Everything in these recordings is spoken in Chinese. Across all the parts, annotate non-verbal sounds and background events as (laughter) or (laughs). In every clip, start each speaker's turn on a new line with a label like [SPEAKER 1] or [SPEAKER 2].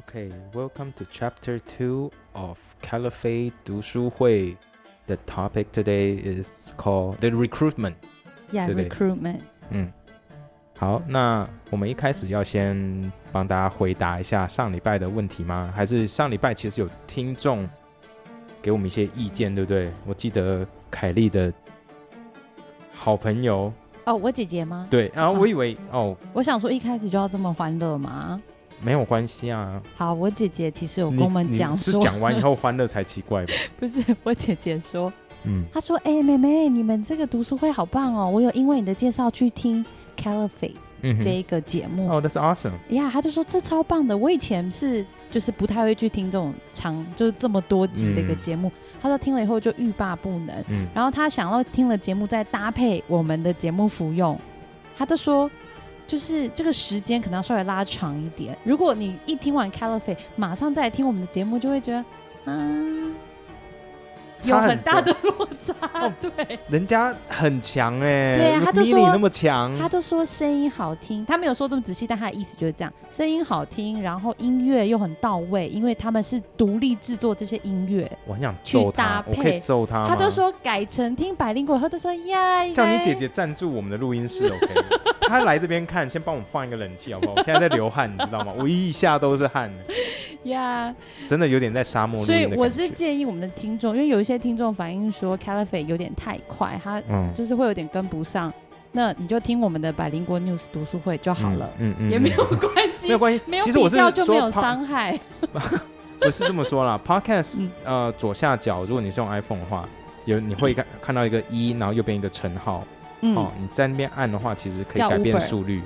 [SPEAKER 1] Okay, welcome to chapter 2 of Caliphate 读书会. The topic today is called the recruitment.
[SPEAKER 2] Yeah,
[SPEAKER 1] 对不对
[SPEAKER 2] recruitment.
[SPEAKER 1] 嗯，好，那我们一开始要先帮大家回答一下上礼拜的问题吗？还是上礼拜其实有听众给我们一些意见，对不对？我记得凯莉的好朋友，
[SPEAKER 2] 哦，我姐姐吗？
[SPEAKER 1] 对，然后
[SPEAKER 2] 哦
[SPEAKER 1] 我以为、哦，
[SPEAKER 2] 我想说一开始就要这么欢乐吗？
[SPEAKER 1] 没有关系啊，
[SPEAKER 2] 好，我姐姐其实有
[SPEAKER 1] 你
[SPEAKER 2] 跟我们
[SPEAKER 1] 你
[SPEAKER 2] 讲
[SPEAKER 1] 是
[SPEAKER 2] 说，
[SPEAKER 1] 讲完以后欢乐才奇
[SPEAKER 2] (laughs)
[SPEAKER 1] 怪吧？
[SPEAKER 2] 不是我姐姐说，
[SPEAKER 1] 嗯，
[SPEAKER 2] 她说：“哎、妹妹，你们这个读书会好棒哦！我有因为你的介绍去听 Caliphate
[SPEAKER 1] 嗯
[SPEAKER 2] 这
[SPEAKER 1] 哼，
[SPEAKER 2] 一个节目，
[SPEAKER 1] 哦，That's awesome。
[SPEAKER 2] 呀，他就说这超棒的。我以前是就是不太会去听这种长，就是这么多集的一个
[SPEAKER 1] 嗯
[SPEAKER 2] 节目。他说听了以后就欲罢不能，
[SPEAKER 1] 嗯
[SPEAKER 2] 然后他想要听了节目再搭配我们的节目服用，他就说。就是这个时间可能要稍微拉长一点。如果你一听完 Caliphate，马上再来听我们的节目，就会觉得，嗯，有
[SPEAKER 1] 差很
[SPEAKER 2] 很大
[SPEAKER 1] 多
[SPEAKER 2] 的落差。
[SPEAKER 1] 哦
[SPEAKER 2] (laughs) 对，
[SPEAKER 1] 人家很强哎、
[SPEAKER 2] 对啊他就
[SPEAKER 1] 迷你
[SPEAKER 2] 说
[SPEAKER 1] 那么强，
[SPEAKER 2] 他就说声音好听，他没有说这么仔细，但他的意思就是这样，声音好听，然后音乐又很到位，因为他们是独立制作这些音乐。
[SPEAKER 1] 我很想
[SPEAKER 2] 去
[SPEAKER 1] 揍
[SPEAKER 2] 搭
[SPEAKER 1] 他，我
[SPEAKER 2] 配
[SPEAKER 1] 可以揍他吗？
[SPEAKER 2] 他都说改成听百灵果，他都说呀，
[SPEAKER 1] 叫你
[SPEAKER 2] 呀
[SPEAKER 1] 姐姐赞助我们的录音室，OK？她 (laughs) 来这边看，先帮我们放一个冷气好不好？我现在在流汗，你知道吗？我一下都是汗，
[SPEAKER 2] 呀。
[SPEAKER 1] 真的有点在沙漠录
[SPEAKER 2] 所以
[SPEAKER 1] 音的
[SPEAKER 2] 我
[SPEAKER 1] 感
[SPEAKER 2] 是
[SPEAKER 1] 觉。
[SPEAKER 2] 建议我们的听众，因为有一些听众反映说 Caliphate 有点太快，他
[SPEAKER 1] 嗯，
[SPEAKER 2] 就是会有点跟不上。那你就听我们的百灵果 news 读书会就好了，
[SPEAKER 1] 嗯，嗯嗯
[SPEAKER 2] 也没有关系，
[SPEAKER 1] 没有关系。
[SPEAKER 2] 没有
[SPEAKER 1] 其实我
[SPEAKER 2] 比
[SPEAKER 1] 是
[SPEAKER 2] 较就没
[SPEAKER 1] 说哦
[SPEAKER 2] 有
[SPEAKER 1] po-
[SPEAKER 2] 伤害。 (laughs)
[SPEAKER 1] 我是这么说啦，Podcast
[SPEAKER 2] 嗯
[SPEAKER 1] 呃左下角，如果你是用 iPhone 的话，有你会看看到一个一，然后右边一个乘号
[SPEAKER 2] 嗯，
[SPEAKER 1] 哦，你在那边按的话，其实可以
[SPEAKER 2] 叫
[SPEAKER 1] 改变
[SPEAKER 2] Uber
[SPEAKER 1] 速率。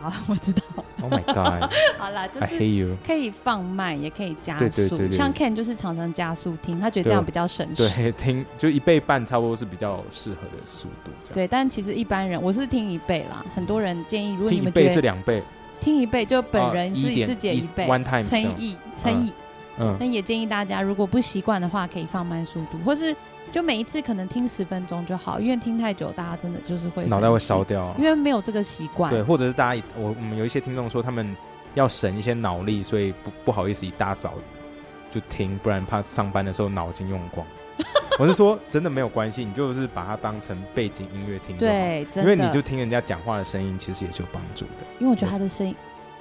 [SPEAKER 2] 好，我知道。 (laughs)
[SPEAKER 1] Oh my god，I
[SPEAKER 2] 好啦，就是
[SPEAKER 1] hate you。
[SPEAKER 2] 可以放慢，也可以加速。
[SPEAKER 1] 哎对对对对对
[SPEAKER 2] 像 Ken 就是常常加速听，他觉得
[SPEAKER 1] 对
[SPEAKER 2] 这样比较省事。
[SPEAKER 1] 对，听就一倍半差不多是比较适合的速度，这样。
[SPEAKER 2] 对但其实一般人我是听一倍啦，很多人建议，如果你
[SPEAKER 1] 听一
[SPEAKER 2] 们
[SPEAKER 1] 倍
[SPEAKER 2] 觉
[SPEAKER 1] 是
[SPEAKER 2] 得
[SPEAKER 1] 两倍，啊
[SPEAKER 2] 听一倍，就本人
[SPEAKER 1] 一
[SPEAKER 2] 是
[SPEAKER 1] 点
[SPEAKER 2] 自己的一倍
[SPEAKER 1] one time
[SPEAKER 2] 乘以乘以，
[SPEAKER 1] 嗯
[SPEAKER 2] 那也建议大家如果不习惯的话，可以放慢速度，或是就每一次可能听十分钟就好，因为听太久大家真的就是会
[SPEAKER 1] 脑袋会
[SPEAKER 2] 分心
[SPEAKER 1] 烧，掉啊
[SPEAKER 2] 因。为没有这个习惯。
[SPEAKER 1] 对，或者是大家一我我们有一些听众说他们要省一些脑力，所以不不好意思一大早就听，不然怕上班的时候脑筋用光。我是说真的没有关系，你就是把它当成背景音乐听就好，
[SPEAKER 2] 对，真
[SPEAKER 1] 因
[SPEAKER 2] 的，
[SPEAKER 1] 为你就听人家讲话的声音，其实也是有帮助的。
[SPEAKER 2] 因为我觉得他的声音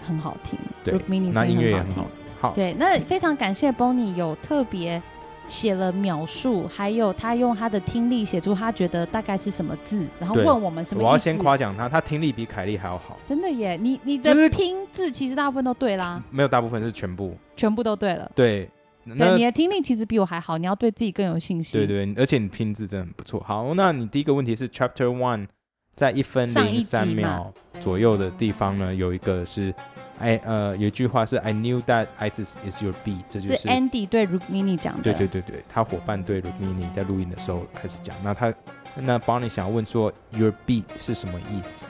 [SPEAKER 2] 很好听，
[SPEAKER 1] 对
[SPEAKER 2] Rukmini
[SPEAKER 1] 那
[SPEAKER 2] 声
[SPEAKER 1] 音乐也
[SPEAKER 2] 好
[SPEAKER 1] 很
[SPEAKER 2] 听
[SPEAKER 1] 好。。好，
[SPEAKER 2] 对，那非常感谢 Bonnie 有特别写了描述，还有他用他的听力写出他觉得大概是什么字，然后
[SPEAKER 1] 对
[SPEAKER 2] 问我们什么意
[SPEAKER 1] 我
[SPEAKER 2] 思。
[SPEAKER 1] 要先夸奖他，他听力比凯莉还要好，
[SPEAKER 2] 真的耶，你你
[SPEAKER 1] 就是
[SPEAKER 2] 的拼字其实大部分都对啦，
[SPEAKER 1] 没有大部分是全部。
[SPEAKER 2] 全部都对了。
[SPEAKER 1] 对，
[SPEAKER 2] 对，
[SPEAKER 1] 那
[SPEAKER 2] 你的听力其实比我还好，你要对自己更有信心。
[SPEAKER 1] 对对，而且你拼字真的很不错。好，那你第一个问题是 Chapter One，在一分
[SPEAKER 2] 上
[SPEAKER 1] 零
[SPEAKER 2] 一集
[SPEAKER 1] 三
[SPEAKER 2] 嘛
[SPEAKER 1] 秒左右的地方呢，有一个是 I 呃有一句话是 I knew that ISIS is your B，这就是
[SPEAKER 2] 是 Andy 对啊 Rukmini 讲的。
[SPEAKER 1] 对对对对，他伙伴对 Rukmini 在录音的时候开始讲。那他那 Bonnie 想要问说 your B 是什么意思？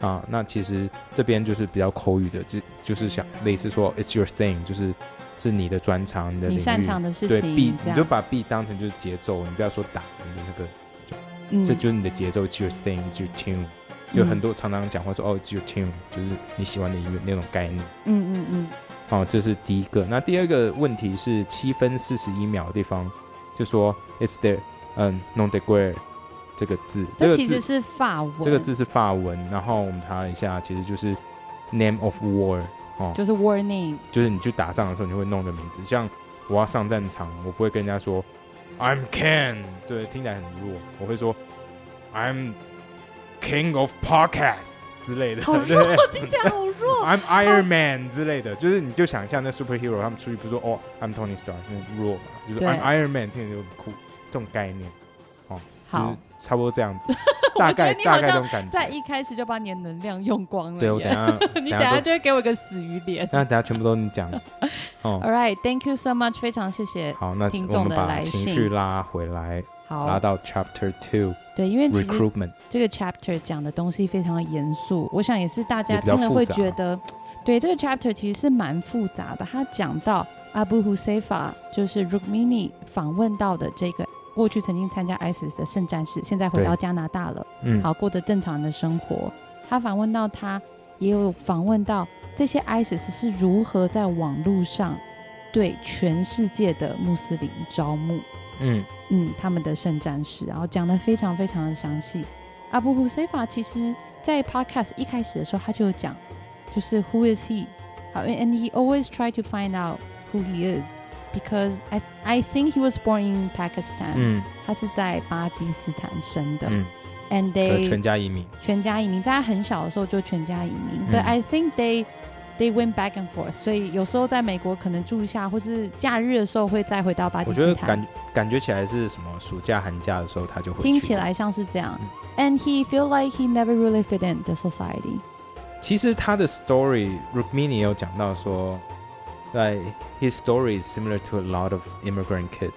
[SPEAKER 1] 啊，那其实这边就是比较口语的，就就是想类似说 it's your thing，就是是你的专长，你的
[SPEAKER 2] 你
[SPEAKER 1] 领域
[SPEAKER 2] 擅长的事
[SPEAKER 1] 对
[SPEAKER 2] 情，
[SPEAKER 1] B，
[SPEAKER 2] 这
[SPEAKER 1] 你
[SPEAKER 2] 样
[SPEAKER 1] 就把 B 当成就是节奏，你不要说打，你的那个，
[SPEAKER 2] 嗯
[SPEAKER 1] 这就是你的节奏，It's your thing，It's your tune。就很多常常讲话说哦，It's your tune，就是你喜欢的音乐那种概念。
[SPEAKER 2] 嗯嗯嗯
[SPEAKER 1] 好，哦这是第一个。那第二个问题是七分四十一秒的地方，就说 It's the 嗯 non de guerre 这个字，这
[SPEAKER 2] 这
[SPEAKER 1] 个
[SPEAKER 2] 其实
[SPEAKER 1] 字
[SPEAKER 2] 是法文，
[SPEAKER 1] 这个字是法文，然后我们查了一下，其实就是 name of war，
[SPEAKER 2] 就是 warning。
[SPEAKER 1] 就是你去打仗的时候，你会弄个名字。像我要上战场，我不会跟人家说 I'm Ken，对，听起来很弱。我会说 I'm King of Podcast 之类的，
[SPEAKER 2] 好
[SPEAKER 1] (laughs) 对不对
[SPEAKER 2] 弱， (laughs) 听起来好
[SPEAKER 1] (laughs)
[SPEAKER 2] 弱。
[SPEAKER 1] I'm Iron Man 之类的，就是你就想象那 superhero 他们出去不是说哦 I'm Tony Stark 那弱嘛，就是
[SPEAKER 2] 对
[SPEAKER 1] I'm Iron Man 听起来就很酷，这种概念，就是
[SPEAKER 2] 好，
[SPEAKER 1] 差不多这样子，
[SPEAKER 2] (laughs) 我
[SPEAKER 1] 大
[SPEAKER 2] 觉得
[SPEAKER 1] 概
[SPEAKER 2] 你
[SPEAKER 1] 大
[SPEAKER 2] 好
[SPEAKER 1] 概这
[SPEAKER 2] 像
[SPEAKER 1] 种感
[SPEAKER 2] 在
[SPEAKER 1] 觉。
[SPEAKER 2] 一开始就把你的能量用光了。
[SPEAKER 1] 对
[SPEAKER 2] (laughs)
[SPEAKER 1] 我等一。下
[SPEAKER 2] 你
[SPEAKER 1] 等
[SPEAKER 2] 等
[SPEAKER 1] 一
[SPEAKER 2] 一
[SPEAKER 1] 下
[SPEAKER 2] 下
[SPEAKER 1] 都，
[SPEAKER 2] 就会给我一个死鱼脸。
[SPEAKER 1] 那等一下全部都你
[SPEAKER 2] (laughs)
[SPEAKER 1] 讲哦。
[SPEAKER 2] All right, thank you so much，非常谢谢。
[SPEAKER 1] 好，那
[SPEAKER 2] 听
[SPEAKER 1] 我
[SPEAKER 2] 众
[SPEAKER 1] 们
[SPEAKER 2] 的
[SPEAKER 1] 把
[SPEAKER 2] 来
[SPEAKER 1] 情
[SPEAKER 2] 信
[SPEAKER 1] 绪拉回来，拉
[SPEAKER 2] 好，
[SPEAKER 1] 到 Chapter Two
[SPEAKER 2] 对，因为其实
[SPEAKER 1] Recruitment。
[SPEAKER 2] 这个 chapter 讲的东西非常的严肃，我想也是大家
[SPEAKER 1] 也比较
[SPEAKER 2] 听了
[SPEAKER 1] 复
[SPEAKER 2] 会
[SPEAKER 1] 杂
[SPEAKER 2] 觉得，对这个 chapter 其实是蛮复杂的。他讲到阿布胡塞法，就是 Rukmini 访问到的这个过去曾经参加 ISIS 的圣战士，现在回
[SPEAKER 1] 对
[SPEAKER 2] 到加拿大了。
[SPEAKER 1] 嗯，
[SPEAKER 2] 好过着正常人的生活。他访问到他，也有访问到这些 ISIS 是如何在网络上对全世界的穆斯林招募，
[SPEAKER 1] 嗯，
[SPEAKER 2] 嗯，他们的圣战史，然后讲的非常非常的详细。阿布胡塞法其实在 podcast 一开始的时候，他就有讲，就是 Who is he？好，and he always try to find out who he is because I I think he was born in Pakistan、
[SPEAKER 1] 嗯
[SPEAKER 2] 他是在巴基斯坦生的、
[SPEAKER 1] 嗯，
[SPEAKER 2] a n d
[SPEAKER 1] 可
[SPEAKER 2] they
[SPEAKER 1] 是全家移民，
[SPEAKER 2] 全家移民，在他很小的时候就全家移民。
[SPEAKER 1] 嗯
[SPEAKER 2] But I think they they went back and forth，所以有时候在美国可能住一下，或是假日的时候会再回到巴基
[SPEAKER 1] 我觉
[SPEAKER 2] 斯坦。
[SPEAKER 1] 得感感觉起来是什么暑假寒假的时候他就会
[SPEAKER 2] 听
[SPEAKER 1] 去嗯
[SPEAKER 2] 起来像是这样。And he feel like he never really fit in the society。
[SPEAKER 1] 其实他的 story Rukmini 也有讲到说，like his story is similar to a lot of immigrant kids。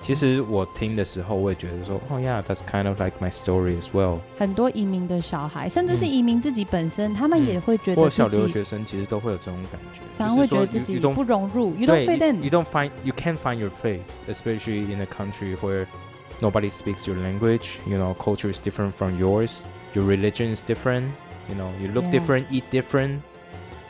[SPEAKER 1] 其实我听的时候，我也觉得说，哦、oh、，yeah，that's kind of like my story as well。
[SPEAKER 2] 很多移民的小孩，甚至是移民自己本身，他们也会觉
[SPEAKER 1] 嗯或
[SPEAKER 2] 得
[SPEAKER 1] 小
[SPEAKER 2] 自
[SPEAKER 1] 留
[SPEAKER 2] 己
[SPEAKER 1] 学生其实都会有这种感觉，
[SPEAKER 2] 常
[SPEAKER 1] 就
[SPEAKER 2] 常
[SPEAKER 1] 是
[SPEAKER 2] 会觉
[SPEAKER 1] 说
[SPEAKER 2] 得自
[SPEAKER 1] you-
[SPEAKER 2] 己
[SPEAKER 1] you don't
[SPEAKER 2] 不融入，you
[SPEAKER 1] 对
[SPEAKER 2] don't fit
[SPEAKER 1] You
[SPEAKER 2] in。
[SPEAKER 1] don't find you can't find your place, especially in a country where nobody speaks your language. You know, culture is different from yours. Your religion is different. You know, you look
[SPEAKER 2] Yeah.
[SPEAKER 1] different, eat different.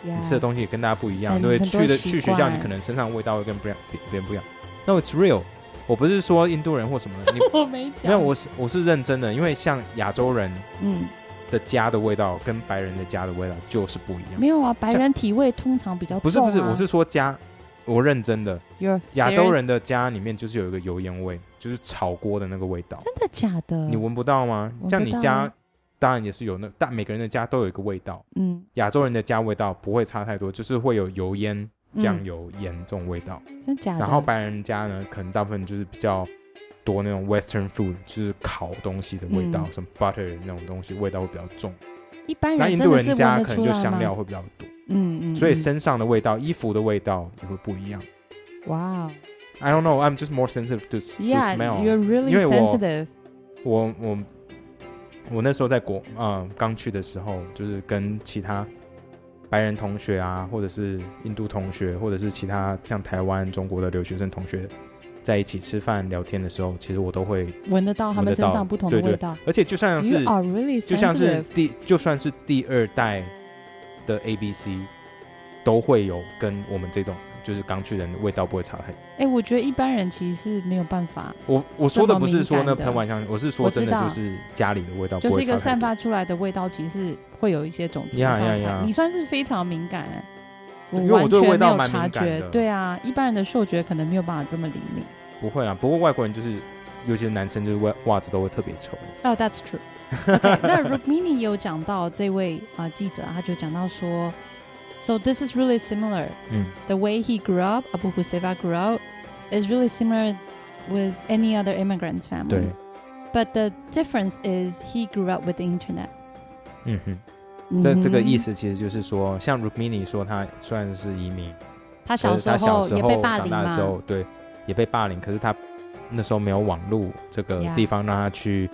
[SPEAKER 1] 你吃的
[SPEAKER 2] Yeah，
[SPEAKER 1] 东西也跟大家不一样，
[SPEAKER 2] 很
[SPEAKER 1] 对，
[SPEAKER 2] 很多
[SPEAKER 1] 去的
[SPEAKER 2] 习
[SPEAKER 1] 去学校，你
[SPEAKER 2] 惯
[SPEAKER 1] 可能身上的味道会跟别人别别人不一样。No, it's real. 我不是说印度人或什
[SPEAKER 2] (laughs)
[SPEAKER 1] 么的，你
[SPEAKER 2] 我没讲。
[SPEAKER 1] 没有，我是我是认真的，因为像亚洲人
[SPEAKER 2] 嗯，
[SPEAKER 1] 的家的味道跟白人的家的味道就是不一样
[SPEAKER 2] 没。有啊，白人体味通常比较重啊。
[SPEAKER 1] 不是不是，我是说家，我认真的，
[SPEAKER 2] You're
[SPEAKER 1] 亚洲
[SPEAKER 2] serious？
[SPEAKER 1] 人的家里面就是有一个油烟味，就是炒锅的那个味道，
[SPEAKER 2] 真的假的？
[SPEAKER 1] 你闻不到吗？
[SPEAKER 2] 闻不到
[SPEAKER 1] 像你
[SPEAKER 2] 啊
[SPEAKER 1] 家当然也是有那，但每个人的家都有一个味道。
[SPEAKER 2] 嗯
[SPEAKER 1] 亚洲人的家味道不会差太多，就是会有油烟、
[SPEAKER 2] 嗯
[SPEAKER 1] 酱油、盐这种味道。
[SPEAKER 2] 真假的？
[SPEAKER 1] 然后白人家呢，可能大部分就是比较多那种 Western food，就是烤东西的味道，
[SPEAKER 2] 嗯
[SPEAKER 1] 什么 butter 那种东西，味道会比较重。
[SPEAKER 2] 一般
[SPEAKER 1] 那
[SPEAKER 2] 人
[SPEAKER 1] 印
[SPEAKER 2] 真
[SPEAKER 1] 度
[SPEAKER 2] 的
[SPEAKER 1] 人
[SPEAKER 2] 是
[SPEAKER 1] 家
[SPEAKER 2] 闻
[SPEAKER 1] 可能
[SPEAKER 2] 得出
[SPEAKER 1] 就
[SPEAKER 2] 来
[SPEAKER 1] 香料
[SPEAKER 2] 吗？
[SPEAKER 1] 会比较多，
[SPEAKER 2] 嗯嗯，
[SPEAKER 1] 所以
[SPEAKER 2] 嗯
[SPEAKER 1] 身上的味道、衣服的味道也会不一样。
[SPEAKER 2] 哇哦
[SPEAKER 1] I don't know, I'm just more sensitive to, to smell.
[SPEAKER 2] ，Yeah，you're really
[SPEAKER 1] 因为我
[SPEAKER 2] sensitive。
[SPEAKER 1] 我我我那时候在国啊刚去的时候，就是跟其他白人同学啊，或者是印度同学，或者是其他像台湾、中国的留学生同学在一起吃饭聊天的时候，其实我都会，
[SPEAKER 2] 闻得到他们身上不同的
[SPEAKER 1] 闻得
[SPEAKER 2] 味
[SPEAKER 1] 到
[SPEAKER 2] 道。
[SPEAKER 1] 而且就算
[SPEAKER 2] You
[SPEAKER 1] 是
[SPEAKER 2] are really
[SPEAKER 1] 就像是
[SPEAKER 2] sensitive。
[SPEAKER 1] 第就算是第二代的 A B C，都会有跟我们这种就是刚去的人味道不会差太。
[SPEAKER 2] 哎，我觉得一般人其实是没有办法，
[SPEAKER 1] 我我说的
[SPEAKER 2] 这么
[SPEAKER 1] 不是说
[SPEAKER 2] 敏
[SPEAKER 1] 那
[SPEAKER 2] 感的
[SPEAKER 1] 喷玩笑，我是说
[SPEAKER 2] 我知
[SPEAKER 1] 真的
[SPEAKER 2] 道
[SPEAKER 1] 就是家里的味道不
[SPEAKER 2] 就是
[SPEAKER 1] 会
[SPEAKER 2] 一
[SPEAKER 1] 差
[SPEAKER 2] 个
[SPEAKER 1] 太
[SPEAKER 2] 散
[SPEAKER 1] 多。
[SPEAKER 2] 发出来的味道，其实会有一些种族
[SPEAKER 1] Yeah,
[SPEAKER 2] 上差。
[SPEAKER 1] yeah, yeah.
[SPEAKER 2] 你算是非常敏感、欸，
[SPEAKER 1] 因为我
[SPEAKER 2] 完
[SPEAKER 1] 对
[SPEAKER 2] 全没
[SPEAKER 1] 味道
[SPEAKER 2] 有
[SPEAKER 1] 蛮
[SPEAKER 2] 察
[SPEAKER 1] 敏感
[SPEAKER 2] 觉
[SPEAKER 1] 的。
[SPEAKER 2] 对啊，一般人的嗅觉可能没有办法这么灵敏。
[SPEAKER 1] 不会啦，不过外国人就是，尤其是男生，就是袜袜子都会特别臭。
[SPEAKER 2] 哦、t h a t s
[SPEAKER 1] (laughs)
[SPEAKER 2] true 。那 Rukmini 也有讲到这位啊、呃记者，他就讲到说，So this is really similar.
[SPEAKER 1] 嗯
[SPEAKER 2] The way he grew up, Abu Huseifa grew up, is really similar with any other immigrant
[SPEAKER 1] 对
[SPEAKER 2] family.，But the difference is he grew up with the internet.
[SPEAKER 1] 嗯哼，这这个
[SPEAKER 2] 嗯哼
[SPEAKER 1] 意思其实就是说，像 Rukmini 说他虽然是移民，
[SPEAKER 2] 他
[SPEAKER 1] 可
[SPEAKER 2] 小
[SPEAKER 1] 是
[SPEAKER 2] 时
[SPEAKER 1] 他小
[SPEAKER 2] 候
[SPEAKER 1] 时
[SPEAKER 2] 也
[SPEAKER 1] 候
[SPEAKER 2] 被霸
[SPEAKER 1] 长
[SPEAKER 2] 凌
[SPEAKER 1] 大的时
[SPEAKER 2] 嘛，
[SPEAKER 1] 候，对，也被霸凌，可是他那时候没有网络这个
[SPEAKER 2] Yeah
[SPEAKER 1] 地方让他去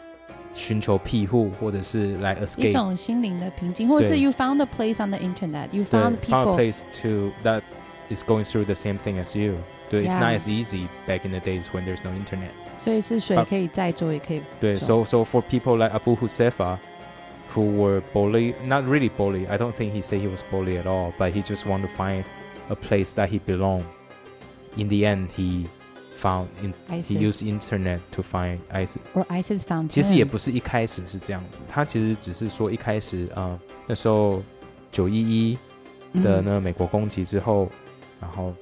[SPEAKER 1] 寻求庇护，或者是来
[SPEAKER 2] 一
[SPEAKER 1] escape。
[SPEAKER 2] 种心灵的平静，或者是
[SPEAKER 1] 对
[SPEAKER 2] you found a place on the internet, you
[SPEAKER 1] 对
[SPEAKER 2] found
[SPEAKER 1] found a
[SPEAKER 2] people.
[SPEAKER 1] place to that is going through the same thing as you. 对，it's
[SPEAKER 2] Yeah
[SPEAKER 1] not as easy back in the days when there's no internet.
[SPEAKER 2] 所以是水
[SPEAKER 1] 啊
[SPEAKER 2] 可以载舟，也可以
[SPEAKER 1] 对，so
[SPEAKER 2] So-
[SPEAKER 1] so for people like Abu Husefa, who were bullied, not really bullied. I don't think he said he was bullied at all, but he just wanted to find a place that he belonged. In the end, he found in he
[SPEAKER 2] ISIS
[SPEAKER 1] used internet to find ISIS.
[SPEAKER 2] or ISIS found.
[SPEAKER 1] 其实也
[SPEAKER 2] him
[SPEAKER 1] 不是一开始是这样子，他其实只是说一开始啊、呃那时候九一一的
[SPEAKER 2] 嗯
[SPEAKER 1] 那美国攻击之后，然后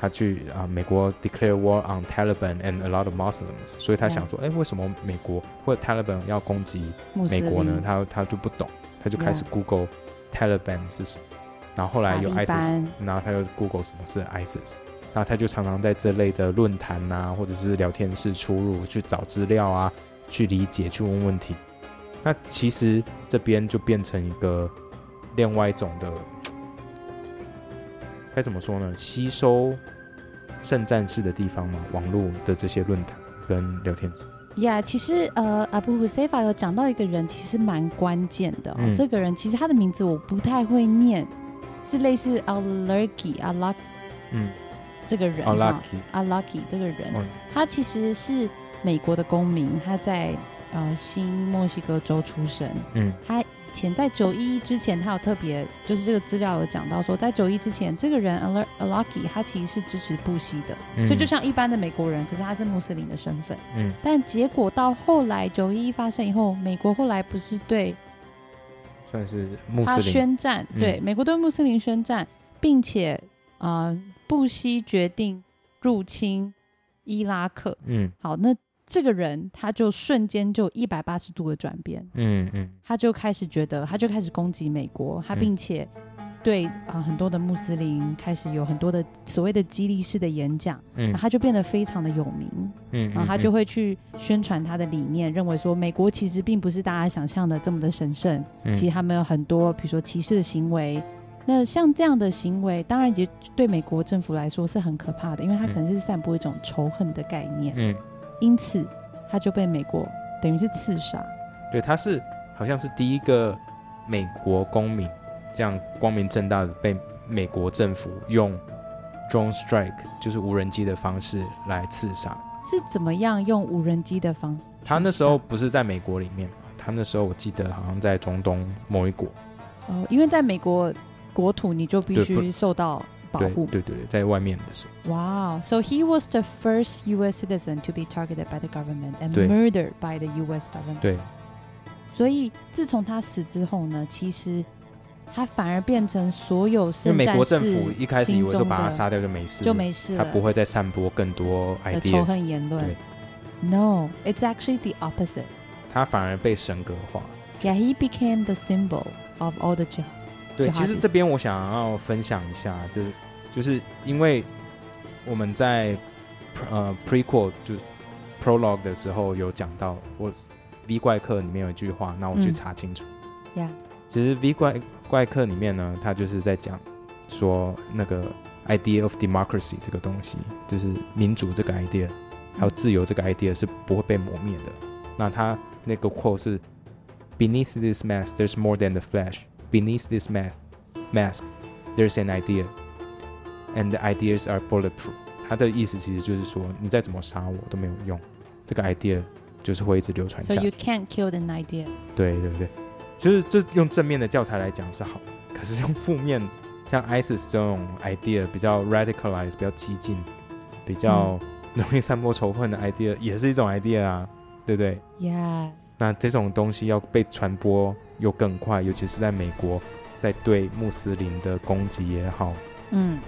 [SPEAKER 1] 他去啊、美国 declare war on Taliban and a lot of Muslims，所以他
[SPEAKER 2] Yeah.
[SPEAKER 1] 想说，哎、为什么美国或者 Taliban 要攻击
[SPEAKER 2] 穆斯
[SPEAKER 1] 美国呢
[SPEAKER 2] 林？
[SPEAKER 1] 他他就不懂，他就开始 Google Taliban 是什么，然后后来有
[SPEAKER 2] 塔利
[SPEAKER 1] ISIS，
[SPEAKER 2] 班
[SPEAKER 1] 然后他就 Google 什么是 ISIS，然后他就常常在这类的论坛啊，或者是聊天室出入去找资料啊，去理解，去问问题。那其实这边就变成一个另外一种的，该怎么说呢？吸收圣战士的地方嘛，网络的这些论坛跟聊天室。
[SPEAKER 2] Yeah，其实呃，阿布胡塞法有讲到一个人，其实蛮关键的、哦。
[SPEAKER 1] 嗯
[SPEAKER 2] 这个人其实他的名字我不太会念，是类似 Alucky 阿拉
[SPEAKER 1] 嗯
[SPEAKER 2] 这个人
[SPEAKER 1] 好
[SPEAKER 2] 哈、
[SPEAKER 1] ，lucky，
[SPEAKER 2] 阿 Lucky 这个人，
[SPEAKER 1] 嗯
[SPEAKER 2] 他其实是美国的公民，他在呃新墨西哥州出生，
[SPEAKER 1] 嗯
[SPEAKER 2] 他前在九一一之前，他有特别就是这个资料有讲到说，在九一之前，这个人 Al Alaki 他其实是支持布希的，
[SPEAKER 1] 嗯
[SPEAKER 2] 所以就像一般的美国人，可是他是穆斯林的身份。
[SPEAKER 1] 嗯
[SPEAKER 2] 但结果到后来九一一发生以后，美国后来不是对
[SPEAKER 1] 算是穆
[SPEAKER 2] 他
[SPEAKER 1] 斯林，
[SPEAKER 2] 宣战，
[SPEAKER 1] 嗯
[SPEAKER 2] 对美国对穆斯林宣战，并且啊、呃布希决定入侵伊拉克。
[SPEAKER 1] 嗯
[SPEAKER 2] 好，那这个人他就瞬间就一百八十度的转变，
[SPEAKER 1] 嗯嗯
[SPEAKER 2] 他就开始觉得，他就开始攻击美国，他
[SPEAKER 1] 嗯
[SPEAKER 2] 并且对啊、呃很多的穆斯林开始有很多的所谓的激励式的演讲，
[SPEAKER 1] 嗯
[SPEAKER 2] 然后他就变得非常的有名，啊
[SPEAKER 1] 嗯，
[SPEAKER 2] 然后他
[SPEAKER 1] 嗯
[SPEAKER 2] 就会去宣传他的理念，认为说美国其实并不是大家想象的这么的神圣，
[SPEAKER 1] 嗯
[SPEAKER 2] 其实他们有很多比如说歧视的行为。那像这样的行为，当然也对美国政府来说是很可怕的，因为他可能是散播一种仇恨的概念。
[SPEAKER 1] 嗯，
[SPEAKER 2] 因此他就被美国等于是刺杀。
[SPEAKER 1] 对，他是好像是第一个美国公民这样光明正大的被美国政府用 drone strike，就是无人机的方式来刺杀。
[SPEAKER 2] 是怎么样用无人机的方式？
[SPEAKER 1] 他那时候不是在美国里面嘛？他那时候我记得好像在中东某一国，
[SPEAKER 2] 哦，因为在美国国土你就必
[SPEAKER 1] 对不
[SPEAKER 2] 须受到保
[SPEAKER 1] 对
[SPEAKER 2] 护
[SPEAKER 1] 对。对对，在外面的时候，
[SPEAKER 2] Wow, so he was the first U.S. citizen to be targeted by the government and
[SPEAKER 1] 对
[SPEAKER 2] murdered by the U.S. government.
[SPEAKER 1] 对，
[SPEAKER 2] 所以自从他死之后呢，其实他反而变成所有
[SPEAKER 1] 因为
[SPEAKER 2] 圣
[SPEAKER 1] 美
[SPEAKER 2] 战
[SPEAKER 1] 国
[SPEAKER 2] 士
[SPEAKER 1] 政府一开始以为
[SPEAKER 2] 心
[SPEAKER 1] 说
[SPEAKER 2] 中
[SPEAKER 1] 把他
[SPEAKER 2] 的
[SPEAKER 1] 杀掉就没事，
[SPEAKER 2] 就，没事
[SPEAKER 1] 他
[SPEAKER 2] 了，
[SPEAKER 1] 不会再散播更多
[SPEAKER 2] 的仇
[SPEAKER 1] ideas，
[SPEAKER 2] 恨言论
[SPEAKER 1] 对。
[SPEAKER 2] No, it's actually the opposite.
[SPEAKER 1] 他反而被神格化。
[SPEAKER 2] Yeah, he became the symbol of all the jihad.
[SPEAKER 1] 对，
[SPEAKER 2] 就
[SPEAKER 1] 其
[SPEAKER 2] 哈
[SPEAKER 1] 实
[SPEAKER 2] 迪
[SPEAKER 1] 这边我想要分享一下，就是就是因为我们在 pr- 呃 prequel 就是 prologue 的时候有讲到，我 V 怪客里面有一句话，那我去
[SPEAKER 2] 嗯
[SPEAKER 1] 查清楚。
[SPEAKER 2] Yeah
[SPEAKER 1] 其实 V 怪怪客里面呢，他就是在讲说那个 idea of democracy 这个东西，就是民主这个 idea，还有自由这个 idea 是不会被磨灭的。那他那个 quote 是 Beneath this mask, there's more than the flesh. Beneath this mask, mask, there's an idea, and the ideas are bulletproof. 他的意思其实就是说，你再怎么杀我都没有用，这个 idea 就是会一直流传
[SPEAKER 2] So
[SPEAKER 1] 下
[SPEAKER 2] you
[SPEAKER 1] 去。
[SPEAKER 2] can't kill an idea.
[SPEAKER 1] 对对对，就是这用正面的教材来讲是好，可是用负面，像 ISIS 这种 idea 比较 radicalized、比较激进、比较容易散播仇恨的 idea，也是一种 idea 啊，对不对？
[SPEAKER 2] Yeah.
[SPEAKER 1] 那这种东西要被传播又更快，尤其是在美国，在对穆斯林的攻击也好，
[SPEAKER 2] 嗯，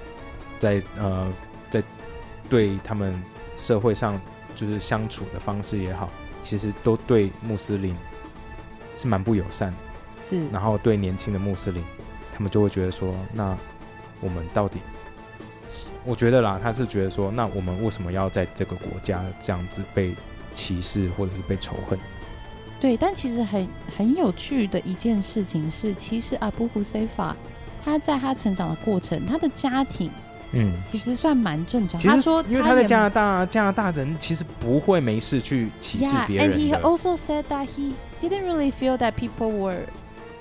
[SPEAKER 1] 在呃在对他们社会上就是相处的方式也好，其实都对穆斯林是蛮不友善。
[SPEAKER 2] 是。
[SPEAKER 1] 然后对年轻的穆斯林，他们就会觉得说，那我们到底是？我觉得啦，他是觉得说，那我们为什么要在这个国家这样子被歧视或者是被仇恨？
[SPEAKER 2] 对，但其实很很有趣的一件事情是，其实阿布胡塞法他在他成长的过程，他的家庭
[SPEAKER 1] 嗯，
[SPEAKER 2] 其实算蛮正常。
[SPEAKER 1] 其实
[SPEAKER 2] 他说
[SPEAKER 1] 因为他在
[SPEAKER 2] 也
[SPEAKER 1] 加拿大，加拿大人其实不会没事去歧视
[SPEAKER 2] Yeah,
[SPEAKER 1] 别
[SPEAKER 2] and
[SPEAKER 1] 人
[SPEAKER 2] he
[SPEAKER 1] 的
[SPEAKER 2] also said that he didn't really feel that people were.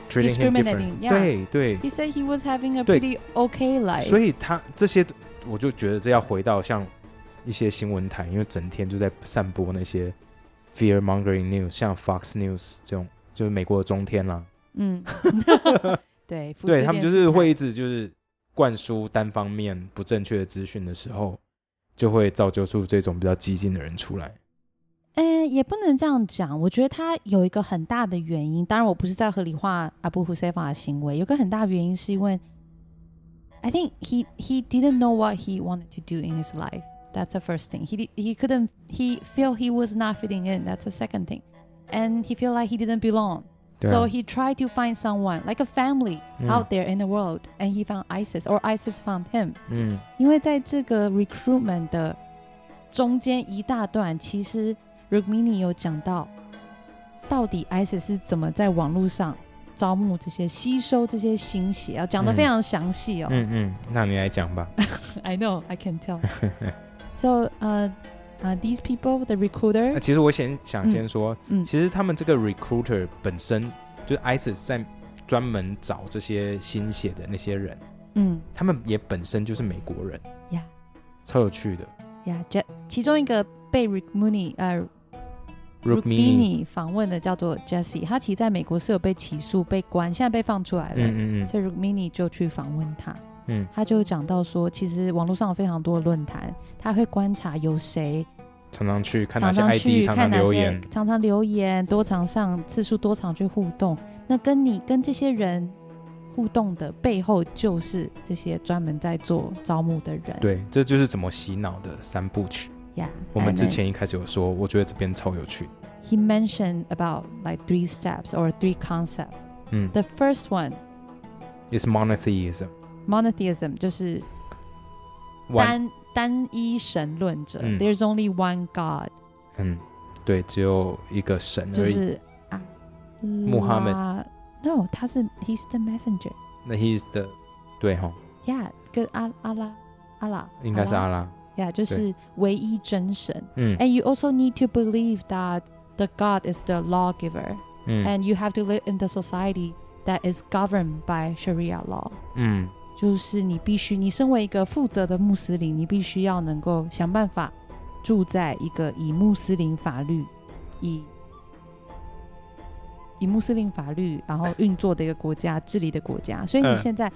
[SPEAKER 1] treating him different
[SPEAKER 2] discriminating, yeah.
[SPEAKER 1] 对对
[SPEAKER 2] He said he was having a
[SPEAKER 1] 对
[SPEAKER 2] pretty okay life.
[SPEAKER 1] 所以他这些，我就觉得这要回到像一些新闻台，因为整天就在散播那些 fear mongering news，像 Fox News 这种，就是美国的中天啦，
[SPEAKER 2] 嗯，对，福
[SPEAKER 1] 对
[SPEAKER 2] 斯
[SPEAKER 1] 他们
[SPEAKER 2] 电
[SPEAKER 1] 就是
[SPEAKER 2] 视台
[SPEAKER 1] 会一直就是灌输单方面不正确的资讯的时候，就会造就出这种比较激进的人出来。
[SPEAKER 2] 呃，也不能这样讲。我觉得他有一个很大的原因，当然我不是在合理化阿布胡塞法的行为，有个很大的原因是因为，I think he he didn't know what he wanted to do in his life. That's the first thing. He did, he couldn't he feel he was not fitting in. That's the second thing, and he feel like he didn't belong.
[SPEAKER 1] 对
[SPEAKER 2] So
[SPEAKER 1] 啊，
[SPEAKER 2] he tried to find someone like a family
[SPEAKER 1] 嗯
[SPEAKER 2] out there in the world, and he found ISIS, or ISIS found him.
[SPEAKER 1] 嗯
[SPEAKER 2] 因为在这个 recruitment 的中间一大段，其实 Rukmini 有讲到，到底 ISIS 是怎么在网络上招募这些、吸收这些新血，要讲的
[SPEAKER 1] 嗯
[SPEAKER 2] 非常详细哦。
[SPEAKER 1] 嗯嗯，那你来讲吧。
[SPEAKER 2] I know, I
[SPEAKER 1] (laughs)
[SPEAKER 2] can tell. So, 呃、呃、these people, the recruiter，、
[SPEAKER 1] 那其实我先想先说，
[SPEAKER 2] 嗯嗯嗯
[SPEAKER 1] 其实他们这个 recruiter 本身就是 ISIS 在专门找这些新血的那些人，
[SPEAKER 2] 嗯
[SPEAKER 1] 他们也本身就是美国人
[SPEAKER 2] 呀
[SPEAKER 1] 超有趣的。
[SPEAKER 2] 呀，这其中一个被 Rukmini 呃
[SPEAKER 1] Rukmini，
[SPEAKER 2] 访问的叫做 Jessie，他其实在美国是有被起诉、被关，现在被放出来了。
[SPEAKER 1] 嗯嗯嗯
[SPEAKER 2] 所以 Rukmini 就去访问他，
[SPEAKER 1] 嗯
[SPEAKER 2] 他就讲到说，其实网络上有非常多的论坛，他会观察有谁
[SPEAKER 1] 常常去看哪
[SPEAKER 2] 常
[SPEAKER 1] 些
[SPEAKER 2] 常
[SPEAKER 1] ID，
[SPEAKER 2] 去
[SPEAKER 1] 常
[SPEAKER 2] 看哪
[SPEAKER 1] 留
[SPEAKER 2] 些
[SPEAKER 1] 言，，
[SPEAKER 2] 常常留言，多常上次数多常去互动。那跟你跟这些人互动的背后，就是这些专门在做招募的人。
[SPEAKER 1] 对，这就是怎么洗脑的三部曲。
[SPEAKER 2] 呀，
[SPEAKER 1] 我们之
[SPEAKER 2] and then
[SPEAKER 1] 前一开始有说，我觉得这边超有趣。
[SPEAKER 2] he mentioned about like three steps or three concepts.
[SPEAKER 1] 嗯
[SPEAKER 2] The first one,
[SPEAKER 1] ，It's monotheism，
[SPEAKER 2] monotheism，就是
[SPEAKER 1] 完，
[SPEAKER 2] 单单一神论者、
[SPEAKER 1] 嗯
[SPEAKER 2] t h e r e s only one God，
[SPEAKER 1] 嗯，对，只有一个神
[SPEAKER 2] 就
[SPEAKER 1] 而已。
[SPEAKER 2] 是啊，
[SPEAKER 1] 穆罕默
[SPEAKER 2] No，他是 He's the messenger。
[SPEAKER 1] 那 He's the，对哈，
[SPEAKER 2] Yeah，跟阿阿拉阿拉
[SPEAKER 1] 应该是阿拉。
[SPEAKER 2] 拉，Yeah，就是唯一真神。
[SPEAKER 1] 嗯
[SPEAKER 2] And you also need to believe that the God is the lawgiver,
[SPEAKER 1] 嗯
[SPEAKER 2] and you have to live in the society that is governed by Sharia law.
[SPEAKER 1] 嗯
[SPEAKER 2] 就是你必须，你身为一个负责的穆斯林，你必须要能够想办法住在一个以穆斯林法律以以穆斯林法律然后运作的一个国家治理的国家。所以你
[SPEAKER 1] 嗯
[SPEAKER 2] 现在、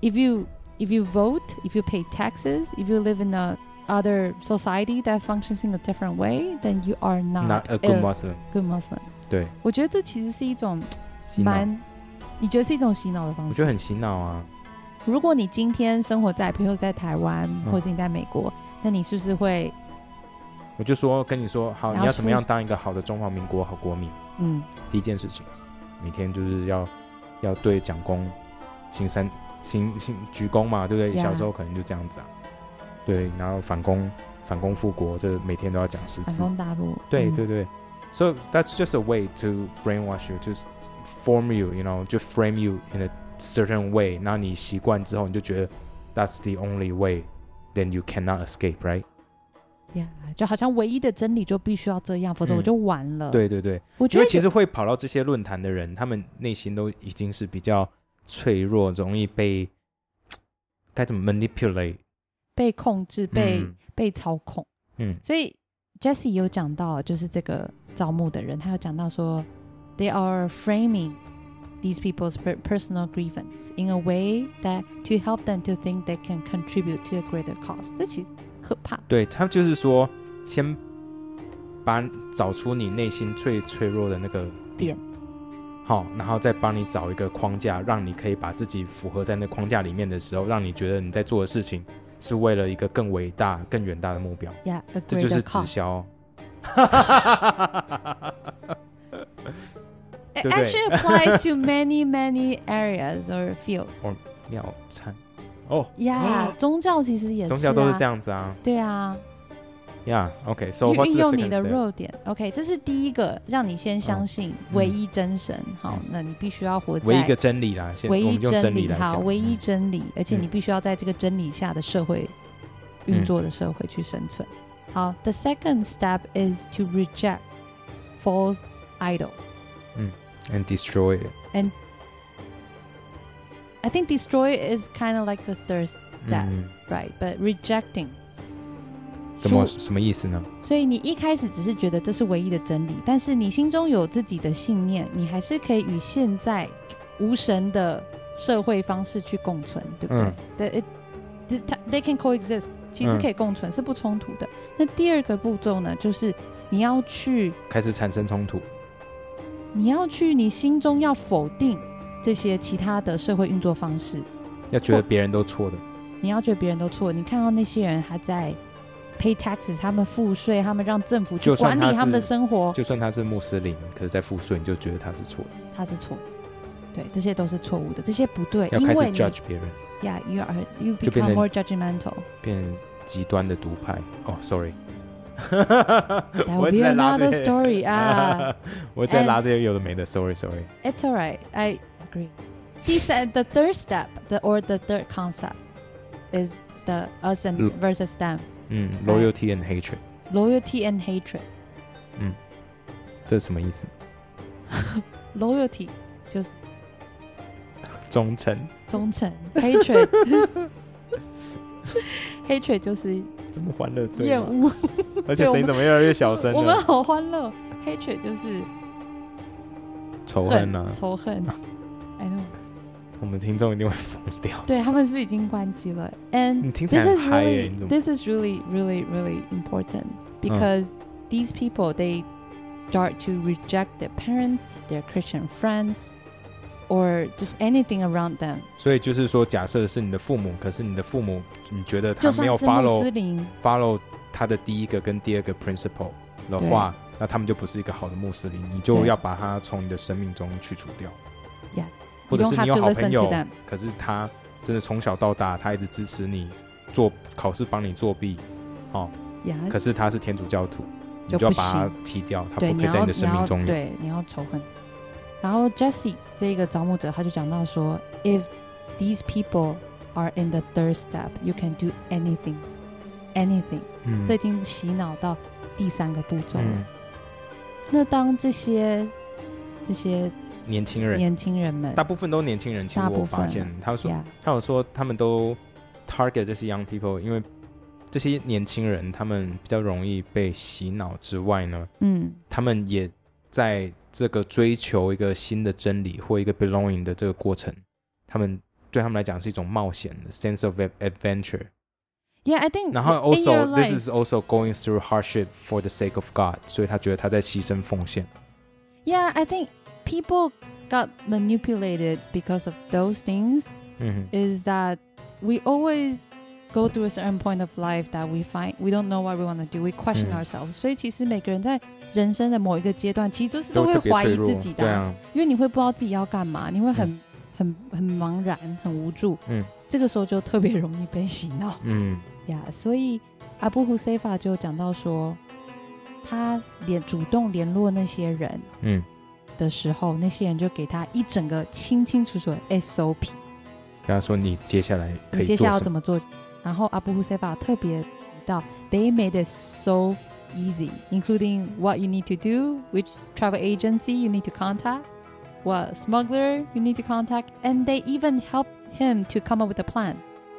[SPEAKER 2] i f you if you vote, if you pay taxes, if you live in a other society that functions in a different way, then you are not,
[SPEAKER 1] ，Not a good
[SPEAKER 2] a
[SPEAKER 1] Muslim，
[SPEAKER 2] good Muslim。
[SPEAKER 1] 对，
[SPEAKER 2] 我觉得这其实是一种
[SPEAKER 1] 洗脑，
[SPEAKER 2] 蛮，你觉得是一种洗脑的方
[SPEAKER 1] 我
[SPEAKER 2] 式？
[SPEAKER 1] 觉得很洗脑啊。
[SPEAKER 2] 如果你今天生活在，比如说在台湾，
[SPEAKER 1] 嗯
[SPEAKER 2] 或是你在美国，那你是不是会，
[SPEAKER 1] 我就说跟你说，好，
[SPEAKER 2] 然
[SPEAKER 1] 你
[SPEAKER 2] 后
[SPEAKER 1] 要怎么
[SPEAKER 2] 出
[SPEAKER 1] 样当一个好的中华民国好国民？
[SPEAKER 2] 嗯，
[SPEAKER 1] 第一件事情，每天就是要要对蒋公行三行行鞠躬嘛，对不对
[SPEAKER 2] Yeah
[SPEAKER 1] 小时候可能就这样子啊，对，然后反攻反攻复国，这每天都要讲十
[SPEAKER 2] 反
[SPEAKER 1] 次，
[SPEAKER 2] 攻大陆？
[SPEAKER 1] 对
[SPEAKER 2] 嗯
[SPEAKER 1] 对对。So that's just a way to brainwash you, just form you, you know, 就 frame you in a certain way。那你习惯之后，你就觉得 that's the only way, then you cannot escape, right？
[SPEAKER 2] 呀就好像唯一的真理就必须要这样，否则
[SPEAKER 1] 嗯
[SPEAKER 2] 我就完了。，
[SPEAKER 1] 对对对，
[SPEAKER 2] 我觉
[SPEAKER 1] 因
[SPEAKER 2] 得
[SPEAKER 1] 为其实会跑到这些论坛的人，他们内心都已经是比较脆弱，容易被该怎么 manipulate
[SPEAKER 2] 被控制、被、
[SPEAKER 1] 嗯
[SPEAKER 2] 被操控。
[SPEAKER 1] 嗯
[SPEAKER 2] 所以 Jesse 有讲到，就是这个招募的人，他有讲到说，they are framing these people's per- personal grievance in a way that to help them to think they can contribute to a greater cause。这其实可怕。
[SPEAKER 1] 对他就是说，先把找出你内心最脆弱的那个点
[SPEAKER 2] 点，
[SPEAKER 1] 好，然后再帮你找一个框架，让你可以把自己符合在那框架里面的时候，让你觉得你在做的事情是为了一个更伟大、更远大的目标。
[SPEAKER 2] 呀、yeah,，
[SPEAKER 1] 这就是直销。
[SPEAKER 2] It
[SPEAKER 1] 对不对
[SPEAKER 2] actually applies
[SPEAKER 1] (laughs)
[SPEAKER 2] to many, many areas or field.
[SPEAKER 1] (laughs) 妙餐哦 (gasps)
[SPEAKER 2] Yeah，宗教其实也是、啊，
[SPEAKER 1] 宗教都是这。样子啊。
[SPEAKER 2] 对啊，
[SPEAKER 1] Yeah, okay. So
[SPEAKER 2] 运
[SPEAKER 1] what's
[SPEAKER 2] 运
[SPEAKER 1] the
[SPEAKER 2] 用你
[SPEAKER 1] second
[SPEAKER 2] 的
[SPEAKER 1] step?
[SPEAKER 2] 弱点。OK，这是第一个，让你先相信唯一真神。好，那你必须要活在
[SPEAKER 1] 唯一一个真理啦，先
[SPEAKER 2] 唯
[SPEAKER 1] 我
[SPEAKER 2] 一
[SPEAKER 1] 们用真
[SPEAKER 2] 真
[SPEAKER 1] 理来
[SPEAKER 2] 好，
[SPEAKER 1] 讲，
[SPEAKER 2] 唯一
[SPEAKER 1] 嗯
[SPEAKER 2] 真理，而且你必须要在这个真理下的社会运作的社会去生存。好，the second step is to reject false idol.
[SPEAKER 1] 嗯 and destroy it.
[SPEAKER 2] I think destroy is kind of like the third 对
[SPEAKER 1] 嗯，
[SPEAKER 2] right, but rejecting.
[SPEAKER 1] 怎么什么意思呢？
[SPEAKER 2] 所以你一开始只是觉得这是唯一的真理，但是你心中有自己的信念，你还是可以与现在无神的社会方式去共存，对不对
[SPEAKER 1] 嗯？
[SPEAKER 2] 对、it- th- 它 they can coexist，其实
[SPEAKER 1] 嗯
[SPEAKER 2] 可以共存，是不冲突的。那第二个步骤呢，就是你要去，
[SPEAKER 1] 开始产生冲突。
[SPEAKER 2] 你要去，你心中要否定这些其他的社会运作方式，
[SPEAKER 1] 要觉得别人都错的，
[SPEAKER 2] 你要觉得别人都错，你看到那些人还在 pay taxes，他们赋税，他们让政府去
[SPEAKER 1] 就算
[SPEAKER 2] 管理
[SPEAKER 1] 他
[SPEAKER 2] 他们的
[SPEAKER 1] 是
[SPEAKER 2] 生活，
[SPEAKER 1] 就算他是穆斯林，可是在复述你就觉得他是错的，
[SPEAKER 2] 他是错的。对，这些都是错误的，这些不对，
[SPEAKER 1] 要
[SPEAKER 2] 哎因
[SPEAKER 1] 开始
[SPEAKER 2] 为你
[SPEAKER 1] judge 别人，
[SPEAKER 2] yeah you are you
[SPEAKER 1] 就变
[SPEAKER 2] become
[SPEAKER 1] 成 (laughs)
[SPEAKER 2] more judgmental
[SPEAKER 1] 变成极端的独派。哦，sorry， (laughs)
[SPEAKER 2] That
[SPEAKER 1] 我
[SPEAKER 2] will
[SPEAKER 1] 一直
[SPEAKER 2] be
[SPEAKER 1] 在拉这
[SPEAKER 2] another
[SPEAKER 1] 些 (laughs)
[SPEAKER 2] story 啊，
[SPEAKER 1] 我一直在
[SPEAKER 2] And-
[SPEAKER 1] 拉这些有的没的，sorry，sorry。
[SPEAKER 2] it's alright I agree he said the third step the or the third concept is the us and
[SPEAKER 1] 嗯
[SPEAKER 2] versus them
[SPEAKER 1] 嗯，loyalty
[SPEAKER 2] 哎
[SPEAKER 1] and hatred，
[SPEAKER 2] loyalty and hatred
[SPEAKER 1] 这是什么意思？
[SPEAKER 2] loyalty 就是
[SPEAKER 1] 忠诚。
[SPEAKER 2] 忠
[SPEAKER 1] (laughs)
[SPEAKER 2] 诚 hatred (laughs) hatred 就是
[SPEAKER 1] 这么欢乐对
[SPEAKER 2] 厌
[SPEAKER 1] 吗？
[SPEAKER 2] 恶
[SPEAKER 1] (laughs) 而且声音怎么越来越小声啊
[SPEAKER 2] 我们
[SPEAKER 1] 了？
[SPEAKER 2] 好欢乐 hatred 就是
[SPEAKER 1] 仇恨啊，
[SPEAKER 2] 仇恨。I know，
[SPEAKER 1] 我们听众一定会疯掉。
[SPEAKER 2] 对他们是不是已经关机了？And
[SPEAKER 1] 你听起来
[SPEAKER 2] This
[SPEAKER 1] 很
[SPEAKER 2] is
[SPEAKER 1] 嗨耶、
[SPEAKER 2] really,
[SPEAKER 1] 你怎么？
[SPEAKER 2] this is really, really, really important because these people they start to reject their parents, their Christian friends, or just anything around them。
[SPEAKER 1] 所以就是说，假设是你的父母，可是你的父母你觉得他
[SPEAKER 2] 就
[SPEAKER 1] 没
[SPEAKER 2] 算
[SPEAKER 1] 有
[SPEAKER 2] 是穆
[SPEAKER 1] follow
[SPEAKER 2] 斯林，
[SPEAKER 1] follow 他的第一个跟第二个 principle 的话，那他们就不是一个好的穆斯林，你就
[SPEAKER 2] 对
[SPEAKER 1] 要把他从你的生命中去除掉。
[SPEAKER 2] Yes，
[SPEAKER 1] 或者
[SPEAKER 2] you
[SPEAKER 1] 是
[SPEAKER 2] don't
[SPEAKER 1] 你有
[SPEAKER 2] have to
[SPEAKER 1] 好
[SPEAKER 2] listen
[SPEAKER 1] 朋
[SPEAKER 2] to
[SPEAKER 1] 友，
[SPEAKER 2] them。
[SPEAKER 1] 可是他真的从小到大，他一直支持你做考试，帮你作弊，
[SPEAKER 2] Yes，
[SPEAKER 1] 可是他是天主教徒，你
[SPEAKER 2] 嗯就
[SPEAKER 1] 就要
[SPEAKER 2] 不
[SPEAKER 1] 把他
[SPEAKER 2] 行
[SPEAKER 1] 踢掉，他
[SPEAKER 2] 对，
[SPEAKER 1] 不可
[SPEAKER 2] 你
[SPEAKER 1] 以在
[SPEAKER 2] 要
[SPEAKER 1] 你的生命中
[SPEAKER 2] 你要
[SPEAKER 1] 有。
[SPEAKER 2] 对，你要仇恨。然后 Jesse 这个招募者他就讲到说，If these people are in the third step, you can do anything, anything。
[SPEAKER 1] 嗯
[SPEAKER 2] 这已经洗脑到第三个步骤了。
[SPEAKER 1] 嗯，
[SPEAKER 2] 那当这些这些
[SPEAKER 1] 年轻人，
[SPEAKER 2] 年轻人们
[SPEAKER 1] 大部分都年轻人。其实
[SPEAKER 2] 大部
[SPEAKER 1] 我发
[SPEAKER 2] 分
[SPEAKER 1] 现，他说
[SPEAKER 2] 呀，
[SPEAKER 1] 他有说他们都 target 这些 young people，因为这些年轻人他们比较容易被洗脑之外呢，
[SPEAKER 2] 嗯，
[SPEAKER 1] 他们也在这个追求一个新的真理或一个 belonging 的这个过程，他们对他们来讲是一种冒险的 sense of ad- adventure。
[SPEAKER 2] Yeah, I think.
[SPEAKER 1] 然后
[SPEAKER 2] in your
[SPEAKER 1] also this
[SPEAKER 2] life-
[SPEAKER 1] is also going through hardship for the sake of God，所以他觉得他在牺牲奉献。
[SPEAKER 2] yeah, I think people got manipulated because of those things.
[SPEAKER 1] 嗯哼
[SPEAKER 2] Is that we always go through a certain point of life that we find we don't know what we want to do. We question
[SPEAKER 1] 嗯
[SPEAKER 2] ourselves. 所以其实每个人在人生的某一个阶段，其实就是
[SPEAKER 1] 都
[SPEAKER 2] 会
[SPEAKER 1] 特别
[SPEAKER 2] 怀
[SPEAKER 1] 脆
[SPEAKER 2] 疑
[SPEAKER 1] 弱
[SPEAKER 2] 自己的
[SPEAKER 1] 对
[SPEAKER 2] 啊、
[SPEAKER 1] 啊，
[SPEAKER 2] 因为你会不知道自己要干嘛，你会很、很很茫然、很无助。
[SPEAKER 1] 嗯，
[SPEAKER 2] 这个时候就特别容易被洗脑。 (laughs)
[SPEAKER 1] 嗯
[SPEAKER 2] 呀所以阿布胡塞法就讲到说，他联主动联络那些人
[SPEAKER 1] 嗯，
[SPEAKER 2] 的时候，那些人就给他一整个清清楚楚的 SOP，
[SPEAKER 1] 跟他说你接下来可
[SPEAKER 2] 你
[SPEAKER 1] 以
[SPEAKER 2] 接
[SPEAKER 1] 做
[SPEAKER 2] 下来要
[SPEAKER 1] 什
[SPEAKER 2] 怎
[SPEAKER 1] 么？
[SPEAKER 2] 么做。然后阿布胡塞法特别提到，They made it so easy, including what you need to do, which travel agency you need to contact, what smuggler you need to contact, and they even helped him to come up with a plan。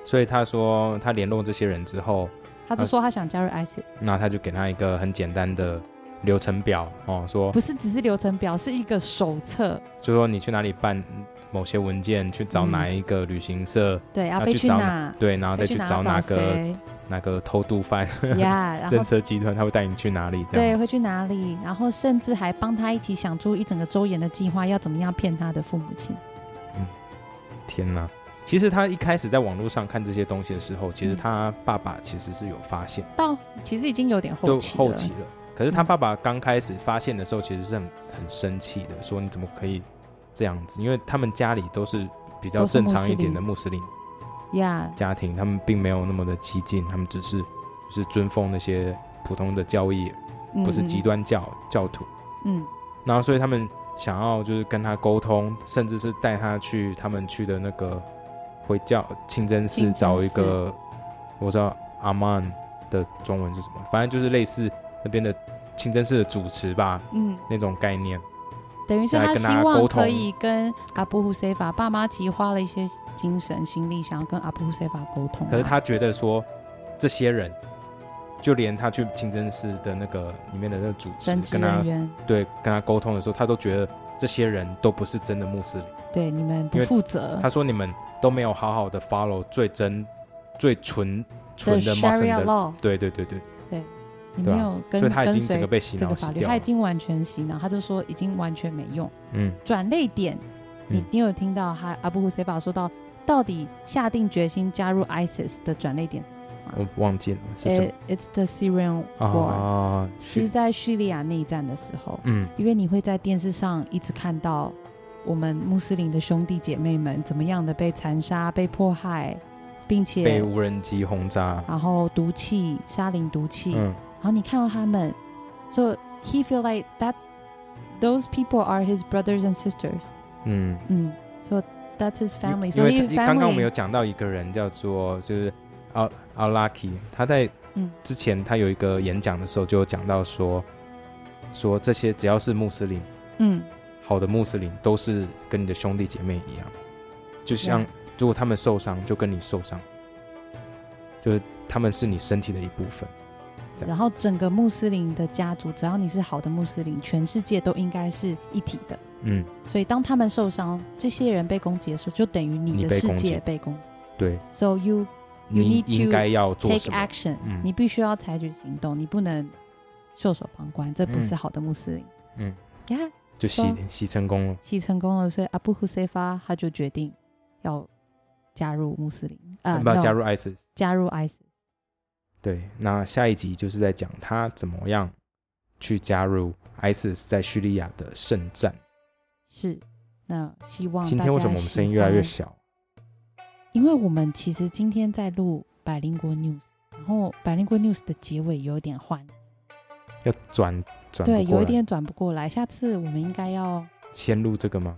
[SPEAKER 1] 所以他说他联络这些人之后，
[SPEAKER 2] 他就说他想加入
[SPEAKER 1] 啊
[SPEAKER 2] ISIS。
[SPEAKER 1] 那他就给他一个很简单的流程表哦，说
[SPEAKER 2] 不是只是流程表，是一个手册。
[SPEAKER 1] 就说你去哪里办某些文件，去找
[SPEAKER 2] 嗯
[SPEAKER 1] 哪一个旅行社，
[SPEAKER 2] 对，要
[SPEAKER 1] 要
[SPEAKER 2] 飞
[SPEAKER 1] 去
[SPEAKER 2] 去
[SPEAKER 1] 找
[SPEAKER 2] 哪？
[SPEAKER 1] 对，然后再
[SPEAKER 2] 飞
[SPEAKER 1] 去
[SPEAKER 2] 哪
[SPEAKER 1] 找哪个
[SPEAKER 2] 谁
[SPEAKER 1] 哪个偷渡犯、 (laughs)
[SPEAKER 2] 呀？然
[SPEAKER 1] 认
[SPEAKER 2] 后
[SPEAKER 1] 车集团，他会带你去哪里这
[SPEAKER 2] 对
[SPEAKER 1] 样。
[SPEAKER 2] 会去哪里？然后甚至还帮他一起想出一整个周延的计划，要怎么样骗他的父母亲。
[SPEAKER 1] 天哪！其实他一开始在网络上看这些东西的时候，其实他爸爸其实是有发现，
[SPEAKER 2] 到其实已经有点后
[SPEAKER 1] 就
[SPEAKER 2] 期
[SPEAKER 1] 后
[SPEAKER 2] 了
[SPEAKER 1] 期了。可
[SPEAKER 2] 嗯
[SPEAKER 1] 是他爸爸刚开始发现的时候，其实是很很生气的，说你怎么可以这样子？因为他们家里都是比较
[SPEAKER 2] 都是
[SPEAKER 1] 正
[SPEAKER 2] 穆斯
[SPEAKER 1] 常一点
[SPEAKER 2] 林
[SPEAKER 1] 的穆斯林，
[SPEAKER 2] 呀
[SPEAKER 1] 家庭，他们并没有那么的激进，他们只是就是尊奉那些普通的教义，
[SPEAKER 2] 嗯
[SPEAKER 1] 不是极端教、教徒。
[SPEAKER 2] 嗯
[SPEAKER 1] 然后所以他们想要就是跟他沟通，甚至是带他去他们去的那个回教清真
[SPEAKER 2] 清
[SPEAKER 1] 寺
[SPEAKER 2] 真寺
[SPEAKER 1] 找一个，我知道阿曼的中文是什么，反正就是类似那边的清真寺的主持吧
[SPEAKER 2] 嗯，
[SPEAKER 1] 那种概念。
[SPEAKER 2] 等于是
[SPEAKER 1] 再
[SPEAKER 2] 他
[SPEAKER 1] 跟
[SPEAKER 2] 希
[SPEAKER 1] 他
[SPEAKER 2] 望
[SPEAKER 1] 沟
[SPEAKER 2] 可
[SPEAKER 1] 通
[SPEAKER 2] 以跟阿布胡塞法爸妈其实花了一些精神心力，想要跟阿布胡塞法沟通啊。
[SPEAKER 1] 可是他觉得说这些人。就连他去清真寺的那个里面的那个主持
[SPEAKER 2] 神职
[SPEAKER 1] 跟他
[SPEAKER 2] 人员，
[SPEAKER 1] 对跟他沟通的时候，他都觉得这些人都不是真的穆斯林。
[SPEAKER 2] 对你们不
[SPEAKER 1] 因为
[SPEAKER 2] 负责
[SPEAKER 1] 他。说你们都没有好好的 follow 最真、最纯纯的 Muslim
[SPEAKER 2] Sharia
[SPEAKER 1] 的，
[SPEAKER 2] law，
[SPEAKER 1] 对对对对，
[SPEAKER 2] 你
[SPEAKER 1] 对
[SPEAKER 2] 没
[SPEAKER 1] 啊
[SPEAKER 2] 有跟
[SPEAKER 1] 所以他已
[SPEAKER 2] 跟
[SPEAKER 1] 经整
[SPEAKER 2] 随
[SPEAKER 1] 个被洗
[SPEAKER 2] 这
[SPEAKER 1] 脑
[SPEAKER 2] 个
[SPEAKER 1] 洗
[SPEAKER 2] 法律，
[SPEAKER 1] 掉
[SPEAKER 2] 他已
[SPEAKER 1] 了。
[SPEAKER 2] 经完全洗脑，他就说已经完全没用。
[SPEAKER 1] 嗯，
[SPEAKER 2] 转泪点，你
[SPEAKER 1] 嗯
[SPEAKER 2] 你有听到哈阿布胡塞法说到，到底下定决心加入 ISIS 的转泪点
[SPEAKER 1] 我忘记了是什么
[SPEAKER 2] i t s the Syrian War，、
[SPEAKER 1] 啊？
[SPEAKER 2] 是
[SPEAKER 1] 是
[SPEAKER 2] 在叙利亚内战的时候，
[SPEAKER 1] 嗯
[SPEAKER 2] 因为你会在电视上一直看到我们穆斯林的兄弟姐妹们怎么样的被残杀、被迫害，并
[SPEAKER 1] 被
[SPEAKER 2] 且
[SPEAKER 1] 无人机轰炸，
[SPEAKER 2] 然后毒气、沙林毒气，
[SPEAKER 1] 嗯
[SPEAKER 2] 然后你看到他们，so he feel like that those people are his brothers and sisters，
[SPEAKER 1] 嗯。
[SPEAKER 2] 嗯，so that's his family，
[SPEAKER 1] 因
[SPEAKER 2] 所以
[SPEAKER 1] 为
[SPEAKER 2] family
[SPEAKER 1] 他刚刚我们有讲到一个人叫做就是奥奥拉基，他在
[SPEAKER 2] 嗯
[SPEAKER 1] 之前他有一个演讲的时候就有讲到说说这些只要是穆斯林，
[SPEAKER 2] 嗯
[SPEAKER 1] 好的穆斯林都是跟你的兄弟姐妹一样，就像
[SPEAKER 2] Yeah
[SPEAKER 1] 如果他们受伤，就跟你受伤，就是他们是你身体的一部分。这样
[SPEAKER 2] 然后整个穆斯林的家族，只要你是好的穆斯林，全世界都应该是一体的。
[SPEAKER 1] 嗯，
[SPEAKER 2] 所以当他们受伤，这些人被攻击的时候，就等于你
[SPEAKER 1] 你
[SPEAKER 2] 的
[SPEAKER 1] 被
[SPEAKER 2] 世
[SPEAKER 1] 攻击
[SPEAKER 2] 界被攻击。
[SPEAKER 1] 对，
[SPEAKER 2] So you
[SPEAKER 1] 你
[SPEAKER 2] need to
[SPEAKER 1] 应该要做
[SPEAKER 2] take
[SPEAKER 1] 什么？
[SPEAKER 2] action，、
[SPEAKER 1] 嗯
[SPEAKER 2] 你必须要采取行动，你不能袖手旁观，这不是
[SPEAKER 1] 嗯
[SPEAKER 2] 好的穆斯林。
[SPEAKER 1] 嗯，
[SPEAKER 2] 呀、
[SPEAKER 1] 就洗洗成功了。
[SPEAKER 2] 洗成功了，所以阿布胡塞发他就决定要加入穆斯林，呃，
[SPEAKER 1] 不要
[SPEAKER 2] no，
[SPEAKER 1] 嗯加入 ISIS。
[SPEAKER 2] 加入 ISIS。
[SPEAKER 1] 对，那下一集就是在讲他怎么样去加入 ISIS 在叙利亚的圣战。
[SPEAKER 2] 是，那希望
[SPEAKER 1] 今
[SPEAKER 2] 大
[SPEAKER 1] 天为
[SPEAKER 2] 家
[SPEAKER 1] 什么我们
[SPEAKER 2] 喜
[SPEAKER 1] 声音越来越
[SPEAKER 2] 欢
[SPEAKER 1] 小？
[SPEAKER 2] 因为我们其实今天在录百灵国 news，然后百灵国 news 的结尾有点换，
[SPEAKER 1] 要转转
[SPEAKER 2] 对，
[SPEAKER 1] 不过
[SPEAKER 2] 有
[SPEAKER 1] 来
[SPEAKER 2] 一点转不过来。下次我们应该要
[SPEAKER 1] 先录这个吗？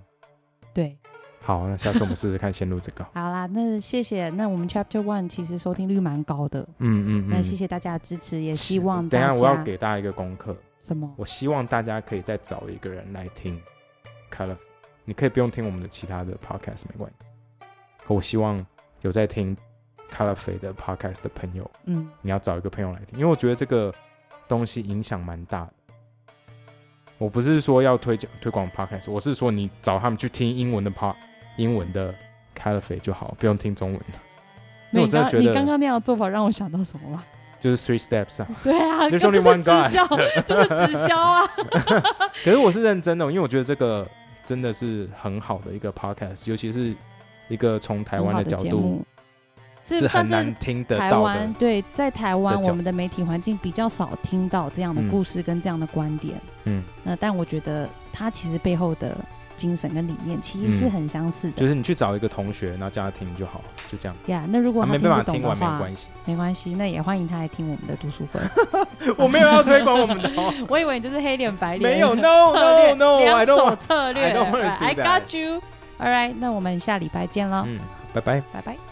[SPEAKER 2] 对，
[SPEAKER 1] 好，那下次我们试试看先录这个。
[SPEAKER 2] 好啦，那谢谢。那我们 Chapter One 其实收听率蛮高的，
[SPEAKER 1] (laughs) 嗯嗯
[SPEAKER 2] 那谢
[SPEAKER 1] 嗯。
[SPEAKER 2] 谢大家的支持，也
[SPEAKER 1] 是
[SPEAKER 2] 希望
[SPEAKER 1] 等一下
[SPEAKER 2] 大
[SPEAKER 1] 我要
[SPEAKER 2] 家
[SPEAKER 1] 给大家一个功课，
[SPEAKER 2] 什么
[SPEAKER 1] 我希望大家可以再找一个人来听 c a l i 你可以不用听我们的其他的 podcast 没关系。可我希望有在听 c a l i f 的 podcast 的朋友，
[SPEAKER 2] 嗯，
[SPEAKER 1] 你要找一个朋友来听，因为我觉得这个东西影响蛮大的。我不是说要推荐推广 podcast，我是说你找他们去听英文的 pod，英文的 Caliphate 就好，不用听中文的。因为我
[SPEAKER 2] 没有你
[SPEAKER 1] 真的
[SPEAKER 2] 刚
[SPEAKER 1] 觉
[SPEAKER 2] 你刚
[SPEAKER 1] 得
[SPEAKER 2] 刚那样的做法让我想到什么了？
[SPEAKER 1] 就是 three steps 啊，
[SPEAKER 2] 对
[SPEAKER 1] (laughs)
[SPEAKER 2] 啊，
[SPEAKER 1] There's
[SPEAKER 2] 就
[SPEAKER 1] only
[SPEAKER 2] 是
[SPEAKER 1] one
[SPEAKER 2] 直销，就是直销啊。
[SPEAKER 1] 可是我是认真的，因为我觉得这个真的是很好的一个 podcast，尤其是一个从 (laughs) 台湾
[SPEAKER 2] 很好
[SPEAKER 1] 的
[SPEAKER 2] 的
[SPEAKER 1] 角
[SPEAKER 2] 节
[SPEAKER 1] 度
[SPEAKER 2] 目是
[SPEAKER 1] 是
[SPEAKER 2] 算
[SPEAKER 1] 很
[SPEAKER 2] 是
[SPEAKER 1] 难听得
[SPEAKER 2] 台
[SPEAKER 1] 到
[SPEAKER 2] 湾
[SPEAKER 1] 的。
[SPEAKER 2] 对，在台湾
[SPEAKER 1] 的角
[SPEAKER 2] 我们的媒体环境比较少听到这样的
[SPEAKER 1] 嗯
[SPEAKER 2] 故事跟这样的观点。
[SPEAKER 1] 嗯，
[SPEAKER 2] 那但我觉得它其实背后的精神跟理念其实是
[SPEAKER 1] 嗯
[SPEAKER 2] 很相似的。
[SPEAKER 1] 就是你去找一个同学，然后叫他听就好，就这样。
[SPEAKER 2] 呀那如果
[SPEAKER 1] 他
[SPEAKER 2] 他
[SPEAKER 1] 没
[SPEAKER 2] 听不
[SPEAKER 1] 办法
[SPEAKER 2] 懂
[SPEAKER 1] 听
[SPEAKER 2] 的
[SPEAKER 1] 完没
[SPEAKER 2] 话，
[SPEAKER 1] 关系， (laughs)
[SPEAKER 2] 没关系，那也欢迎他来听我们的读书会。
[SPEAKER 1] 我没有要推广我们的哦。
[SPEAKER 2] (laughs) 我以为你就是黑脸白 (laughs) 脸，
[SPEAKER 1] 没有 no
[SPEAKER 2] 策略
[SPEAKER 1] no no，I
[SPEAKER 2] 两
[SPEAKER 1] don't
[SPEAKER 2] 手
[SPEAKER 1] want。
[SPEAKER 2] 策略
[SPEAKER 1] I don't wanna do
[SPEAKER 2] Right, I got you。All right，那我们下礼拜见喽，
[SPEAKER 1] 嗯，拜拜。
[SPEAKER 2] 拜拜。